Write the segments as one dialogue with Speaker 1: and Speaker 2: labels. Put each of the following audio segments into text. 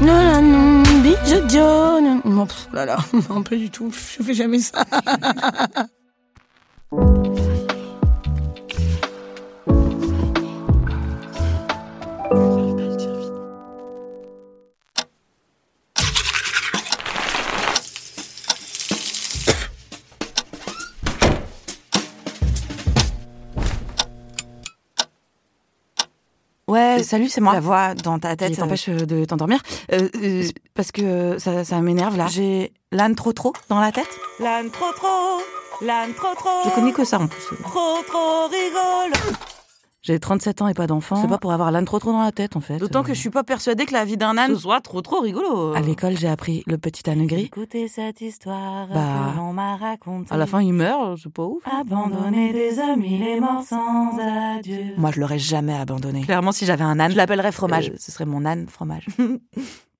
Speaker 1: Non, non, non, Big John. Non, pff, oh là, là, non, pas du tout. Je fais jamais ça.
Speaker 2: Ouais,
Speaker 3: Euh, Salut, c'est moi.
Speaker 2: la voix dans ta tête.
Speaker 3: qui t'empêche euh, de t'endormir. Euh, euh, parce que euh, ça, ça m'énerve là.
Speaker 2: euh, J'ai l'âne trop trop dans la tête.
Speaker 3: L'âne trop trop, l'âne trop trop.
Speaker 2: Je connais que ça en plus.
Speaker 3: Trop trop rigole.
Speaker 2: J'ai 37 ans et pas d'enfant. C'est pas pour avoir l'âne trop trop dans la tête en fait. Euh,
Speaker 3: D'autant que je suis pas persuadée que la vie d'un âne soit trop trop rigolo.
Speaker 2: À l'école, j'ai appris le petit âne gris.
Speaker 3: Écoutez cette histoire
Speaker 2: Bah,
Speaker 3: que l'on m'a racontée.
Speaker 2: À la fin, il meurt, euh, c'est pas ouf. hein.
Speaker 3: Abandonné des hommes, il est mort sans adieu.
Speaker 2: Moi, je l'aurais jamais abandonné.
Speaker 3: Clairement, si j'avais un âne,
Speaker 2: Je l'appellerais fromage.
Speaker 3: Euh,
Speaker 2: Ce serait mon âne fromage.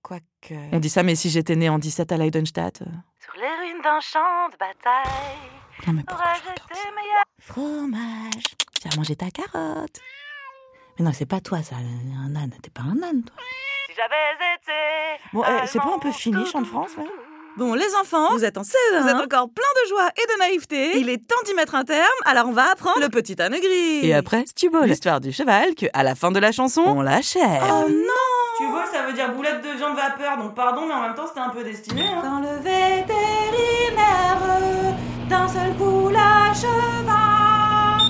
Speaker 3: Quoique.
Speaker 2: On dit ça, mais si j'étais née en 17 à Leidenstadt. euh,
Speaker 3: Sur les ruines d'un champ de bataille,
Speaker 2: Non, mais pourquoi
Speaker 3: aura
Speaker 2: je vais perdre
Speaker 3: jeté
Speaker 2: ça
Speaker 3: mes fromage.
Speaker 2: Tu as mangé ta carotte. Mais non, c'est pas toi, ça. Un âne. T'es pas un âne, toi.
Speaker 3: Si j'avais été.
Speaker 4: Bon, eh, c'est pas un peu fini, Chant de France, là
Speaker 3: Bon, les enfants, vous êtes en scène, vous êtes encore plein de joie et de naïveté. Il est temps d'y mettre un terme, alors on va apprendre le petit âne gris.
Speaker 2: Et après, Stubol.
Speaker 3: l'histoire du cheval que, à la fin de la chanson,
Speaker 2: On l'achève.
Speaker 3: Oh non
Speaker 4: Tu vois, ça veut dire boulette de viande vapeur, donc pardon, mais en même temps, c'était un peu destiné. Hein.
Speaker 3: Dans le vétérinaire, d'un seul coup la cheval. Ah,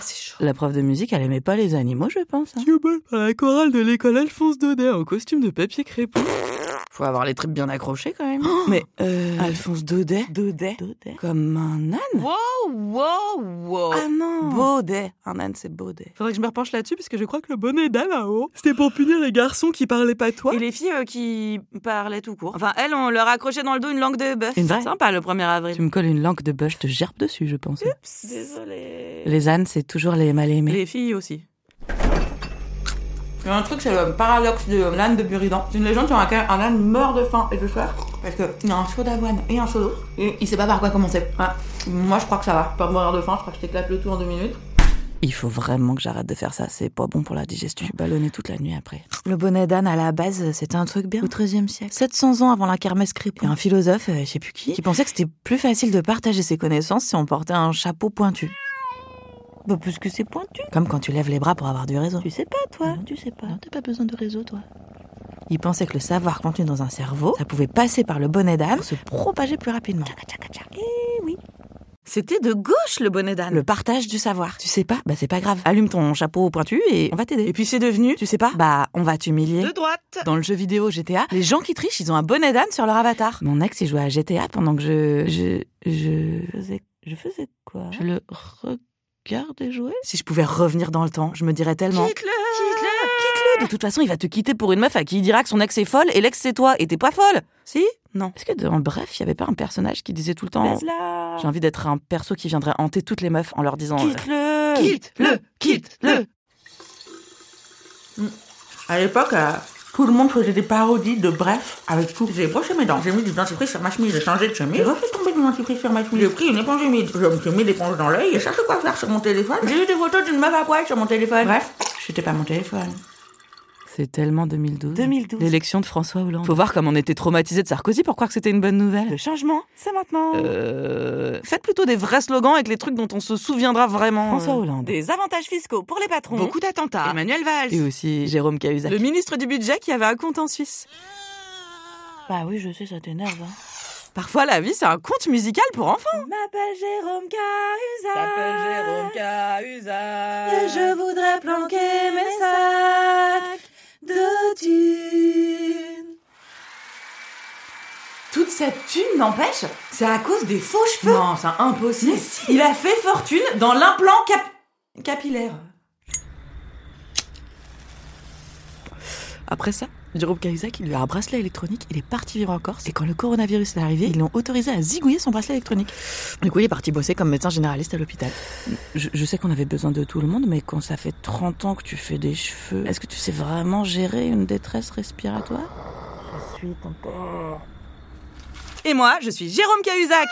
Speaker 3: c'est chaud.
Speaker 2: La prof de musique, elle aimait pas les animaux, je pense. hein.
Speaker 3: par la chorale de l'école Alphonse Daudet en costume de papier crépon.
Speaker 2: Faut avoir les tripes bien accrochées quand même.
Speaker 3: Mais
Speaker 2: Euh, Alphonse Daudet
Speaker 3: Daudet.
Speaker 2: Comme un âne
Speaker 3: Wow, wow, wow.
Speaker 2: Ah non
Speaker 3: Baudet.
Speaker 2: Un âne, c'est Baudet.
Speaker 3: Faudrait que je me repenche là-dessus parce que je crois que le bonnet d'âne là-haut, c'était pour punir les garçons qui parlaient pas toi.
Speaker 4: Et les filles euh, qui parlaient tout court. Enfin, elles, on leur accrochait dans le dos une langue de bœuf.
Speaker 2: Une vraie
Speaker 4: Sympa le 1er
Speaker 2: Tu
Speaker 4: avril.
Speaker 2: me colles une langue de bœuf, je te gerbe dessus, je pense.
Speaker 4: Désolée.
Speaker 2: Les ânes, c'est toujours les mal aimés.
Speaker 4: Les filles aussi. Il y a un truc, c'est le paradoxe de l'âne de Buridan. C'est une légende sur laquelle un âne meurt de faim et de soif parce qu'il y a un seau d'avoine et un seau d'eau et il sait pas par quoi commencer. Voilà. Moi, je crois que ça va. Pas mourir de faim, je crois que je t'éclate le tout en deux minutes.
Speaker 2: Il faut vraiment que j'arrête de faire ça, c'est pas bon pour la digestion. Je suis ballonnée toute la nuit après. Le bonnet d'âne, à la base, c'était un truc bien. Au XIIIe siècle. 700 ans avant la kermesse crépon. Il y a un philosophe, euh, je sais plus qui, qui pensait que c'était plus facile de partager ses connaissances si on portait un chapeau pointu.
Speaker 3: Bah, parce que c'est pointu.
Speaker 2: Comme quand tu lèves les bras pour avoir du réseau.
Speaker 3: Tu sais pas, toi. Tu sais pas.
Speaker 2: t'as pas besoin de réseau, toi. Il pensait que le savoir contenu dans un cerveau, ça pouvait passer par le bonnet d'âne, pour se propager plus rapidement. Eh
Speaker 3: C'était de gauche le bonnet d'âne.
Speaker 2: Le partage du savoir. Tu sais pas Bah c'est pas grave. Allume ton chapeau pointu et on va t'aider.
Speaker 3: Et puis c'est devenu
Speaker 2: Tu sais pas Bah, on va t'humilier.
Speaker 4: De droite.
Speaker 2: Dans le jeu vidéo GTA, les gens qui trichent, ils ont un bonnet d'âne sur leur avatar. Mon ex, il jouait à GTA pendant que je. Je. Je.
Speaker 3: faisais, je faisais quoi
Speaker 2: Je le regardais jouer Si je pouvais revenir dans le temps, je me dirais tellement.
Speaker 4: Quitte-le.
Speaker 2: Quitte-le De toute façon, il va te quitter pour une meuf à qui il dira que son ex est folle et l'ex c'est toi et t'es pas folle Si Non. Est-ce que dans Bref, il y avait pas un personnage qui disait tout le temps.
Speaker 3: Baise-la.
Speaker 2: J'ai envie d'être un perso qui viendrait hanter toutes les meufs en leur disant. euh,
Speaker 3: Quitte-le.
Speaker 2: Quitte-le Quitte-le
Speaker 4: À l'époque, euh, tout le monde faisait des parodies de bref avec tout. J'ai broché mes dents, j'ai mis du dentifrice sur ma chemise, j'ai changé de chemise, j'ai refait tomber du dentifrice sur ma chemise, j'ai pris une éponge humide, je me suis mis l'éponge dans l'œil et cherché quoi faire sur mon téléphone. J'ai eu des photos d'une meuf à poil sur mon téléphone. Bref, j'étais pas mon téléphone.
Speaker 2: C'est tellement 2012.
Speaker 3: 2012.
Speaker 2: L'élection de François Hollande. Faut voir comme on était traumatisé de Sarkozy pour croire que c'était une bonne nouvelle.
Speaker 3: Le changement, c'est maintenant.
Speaker 2: Euh...
Speaker 3: Faites plutôt des vrais slogans avec les trucs dont on se souviendra vraiment.
Speaker 2: François
Speaker 3: euh.
Speaker 2: Hollande.
Speaker 3: Des avantages fiscaux pour les patrons.
Speaker 4: Beaucoup
Speaker 3: d'attentats. Emmanuel Valls.
Speaker 2: Et aussi Jérôme Cahuzac.
Speaker 3: Le ministre du budget qui avait un compte en Suisse.
Speaker 4: Bah oui, je sais, ça t'énerve.
Speaker 3: Parfois, la vie, c'est un conte musical pour enfants.
Speaker 4: M'appelle Jérôme Cahuzac.
Speaker 3: Jérôme
Speaker 4: Cahuzac.
Speaker 3: Et je
Speaker 4: voudrais
Speaker 3: planquer mes sacs
Speaker 4: de thunes.
Speaker 3: Toute cette thune, n'empêche, c'est à cause des faux cheveux.
Speaker 4: Non, c'est impossible.
Speaker 3: Il a fait fortune dans l'implant cap... capillaire.
Speaker 5: Après ça, Jérôme Cahuzac, il lui a un bracelet électronique, il est parti vivre en Corse, et quand le coronavirus est arrivé, ils l'ont autorisé à zigouiller son bracelet électronique. Du coup, il est parti bosser comme médecin généraliste à l'hôpital.
Speaker 2: Je, je sais qu'on avait besoin de tout le monde, mais quand ça fait 30 ans que tu fais des cheveux, est-ce que tu sais vraiment gérer une détresse respiratoire
Speaker 3: Et moi, je suis Jérôme Cahuzac.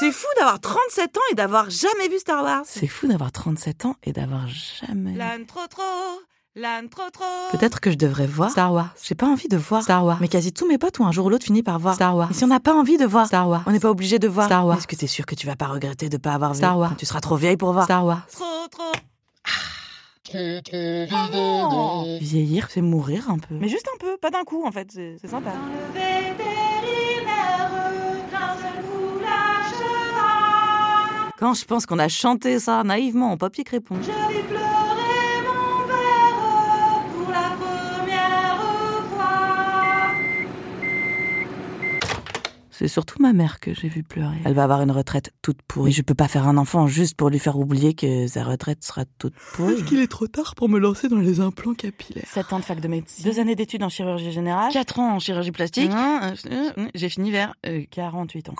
Speaker 3: C'est fou d'avoir 37 ans et d'avoir jamais vu Star Wars.
Speaker 2: C'est fou d'avoir 37 ans et d'avoir jamais...
Speaker 3: L'âne trop trop, l'âne trop trop.
Speaker 5: Peut-être que je devrais voir Star Wars. J'ai pas envie de voir Star Wars. Mais quasi tous mes potes ont un jour ou l'autre fini par voir Star Wars. Et si on n'a pas envie de voir Star Wars, on n'est pas obligé de voir Star Wars. Est-ce que t'es sûr que tu vas pas regretter de pas avoir vu Star Wars Tu seras trop vieille pour voir Star Wars.
Speaker 3: Trop trop.
Speaker 2: Vieillir, c'est mourir un peu.
Speaker 3: Mais juste un peu, pas d'un coup en fait, c'est c'est sympa.
Speaker 2: Quand je pense qu'on a chanté ça naïvement en papier crépon. C'est surtout ma mère que j'ai vu pleurer. Elle va avoir une retraite toute pourrie. Je peux pas faire un enfant juste pour lui faire oublier que sa retraite sera toute pourrie.
Speaker 6: qu'il est trop tard pour me lancer dans les implants capillaires
Speaker 2: 7 ans de fac de médecine. 2 années d'études en chirurgie générale. Mmh, 4 ans en chirurgie plastique. J'ai fini vers 48 ans.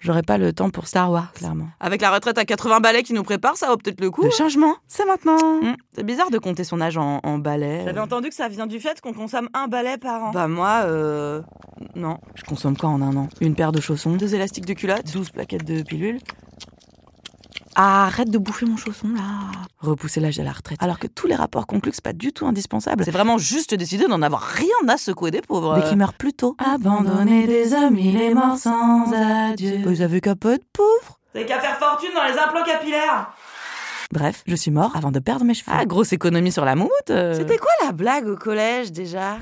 Speaker 2: J'aurais pas le temps pour Star Wars, clairement.
Speaker 3: Avec la retraite à 80 balais qui nous prépare, ça vaut peut-être le coup. hein Mmh.
Speaker 2: Le changement,
Speaker 3: C'est maintenant.
Speaker 2: Hmm, C'est bizarre de compter son âge en, en balai.
Speaker 3: J'avais entendu que ça vient du fait qu'on consomme un balai par an.
Speaker 2: Bah moi, euh... Non. Je consomme quoi en un an Une paire de chaussons, deux élastiques de culotte, 12 plaquettes de pilules. Ah,
Speaker 5: Arrête de bouffer mon chausson là.
Speaker 2: Repousser l'âge de la retraite. Alors que tous les rapports concluent que c'est pas du tout indispensable. C'est vraiment juste décider d'en avoir rien à secouer des pauvres.
Speaker 5: Dès qu'il meurt plus tôt.
Speaker 2: Abandonner des hommes, il est mort sans adieu. Vous avez qu'un peu de pauvres
Speaker 3: C'est qu'à faire fortune dans les implants capillaires.
Speaker 2: Bref, je suis mort avant de perdre mes cheveux. Ah, grosse économie sur la moumoute euh.
Speaker 3: C'était quoi la blague au collège déjà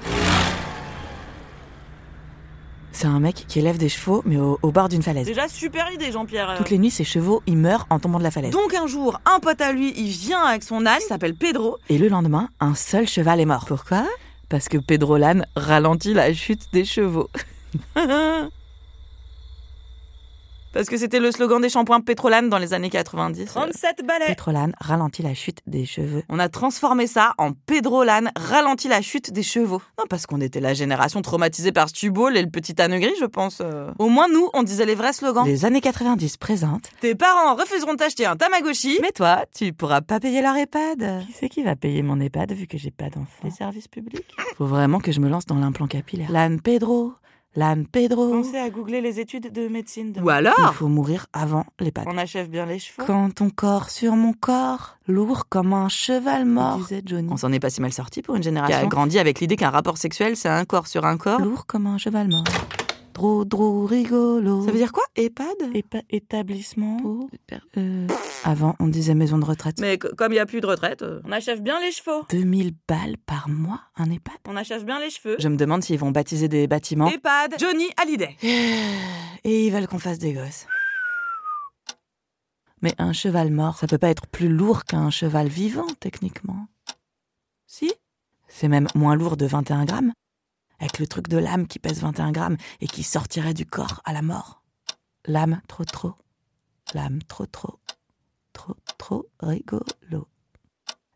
Speaker 5: C'est un mec qui élève des chevaux, mais au, au bord d'une falaise.
Speaker 3: Déjà super idée Jean-Pierre. euh.
Speaker 5: Toutes les nuits, ses chevaux, ils meurent en tombant de la falaise.
Speaker 3: Donc un jour, un pote à lui, il vient avec son âne, il s'appelle Pedro.
Speaker 5: Et le lendemain, un seul cheval est mort. Pourquoi
Speaker 2: Parce que Pedro Lane ralentit la chute des chevaux.
Speaker 3: Parce que c'était le slogan des shampoings Pétrolane dans les années 90. 37 balais.
Speaker 2: Pétrolane ralentit la chute des cheveux.
Speaker 3: On a transformé ça en Pédrolane, ralentit la chute des chevaux. Non, parce qu'on était la génération traumatisée par Stubol et le petit âne gris, je pense. euh. Au moins, nous, on disait les vrais slogans.
Speaker 2: Les années 90 présentent.
Speaker 3: Tes parents refuseront de t'acheter un Tamagotchi.
Speaker 2: Mais toi, tu pourras pas payer leur EHPAD.
Speaker 5: Qui c'est qui va payer mon EHPAD vu que j'ai pas d'enfant
Speaker 2: services publics Faut vraiment que je me lance dans l'implant capillaire. L'âne Pedro, l'âne Pedro. Ah!
Speaker 3: à googler les études de médecine.
Speaker 2: de-
Speaker 3: Ou
Speaker 2: Il
Speaker 3: alors,
Speaker 2: faut mourir avant les pattes.
Speaker 3: achève bien les chevaux.
Speaker 2: Quand ton corps sur mon corps, lourd comme un cheval mort. Disait Johnny.
Speaker 3: On s'en est pas si mal sorti pour une
Speaker 2: Qui a
Speaker 3: génération grandi avec l'idée qu'un rapport sexuel, c'est un corps sur un corps.
Speaker 2: Lourd comme un cheval mort. Dro, dro, rigolo.
Speaker 3: Ça veut dire quoi EHPAD
Speaker 2: établissement Euh, Avant, on disait maison de retraite.
Speaker 3: Mais c- comme il n'y a plus de retraite. euh,
Speaker 2: 2000 balles par mois, un EHPAD
Speaker 3: On achève bien les cheveux.
Speaker 2: Je me demande s'ils vont baptiser des bâtiments.
Speaker 3: EHPAD, Johnny Hallyday.
Speaker 2: Et ils veulent qu'on fasse des gosses. Mais un cheval mort, ça peut pas être plus lourd qu'un cheval vivant, techniquement. Si C'est même moins lourd de 21 grammes. Avec le truc de l'âme qui pèse 21 grammes et qui sortirait du corps à la mort. L'âme trop trop. L'âme trop trop. Trop trop rigolo.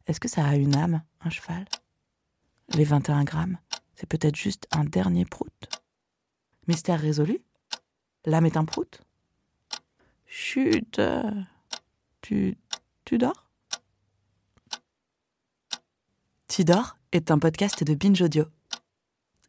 Speaker 2: Est-ce que ça a une âme, un cheval Les 21 grammes, c'est peut-être juste un dernier prout. Mystère résolu L'âme est un prout Chut euh, Tu... tu dors Tu dors est un podcast de Binge Audio.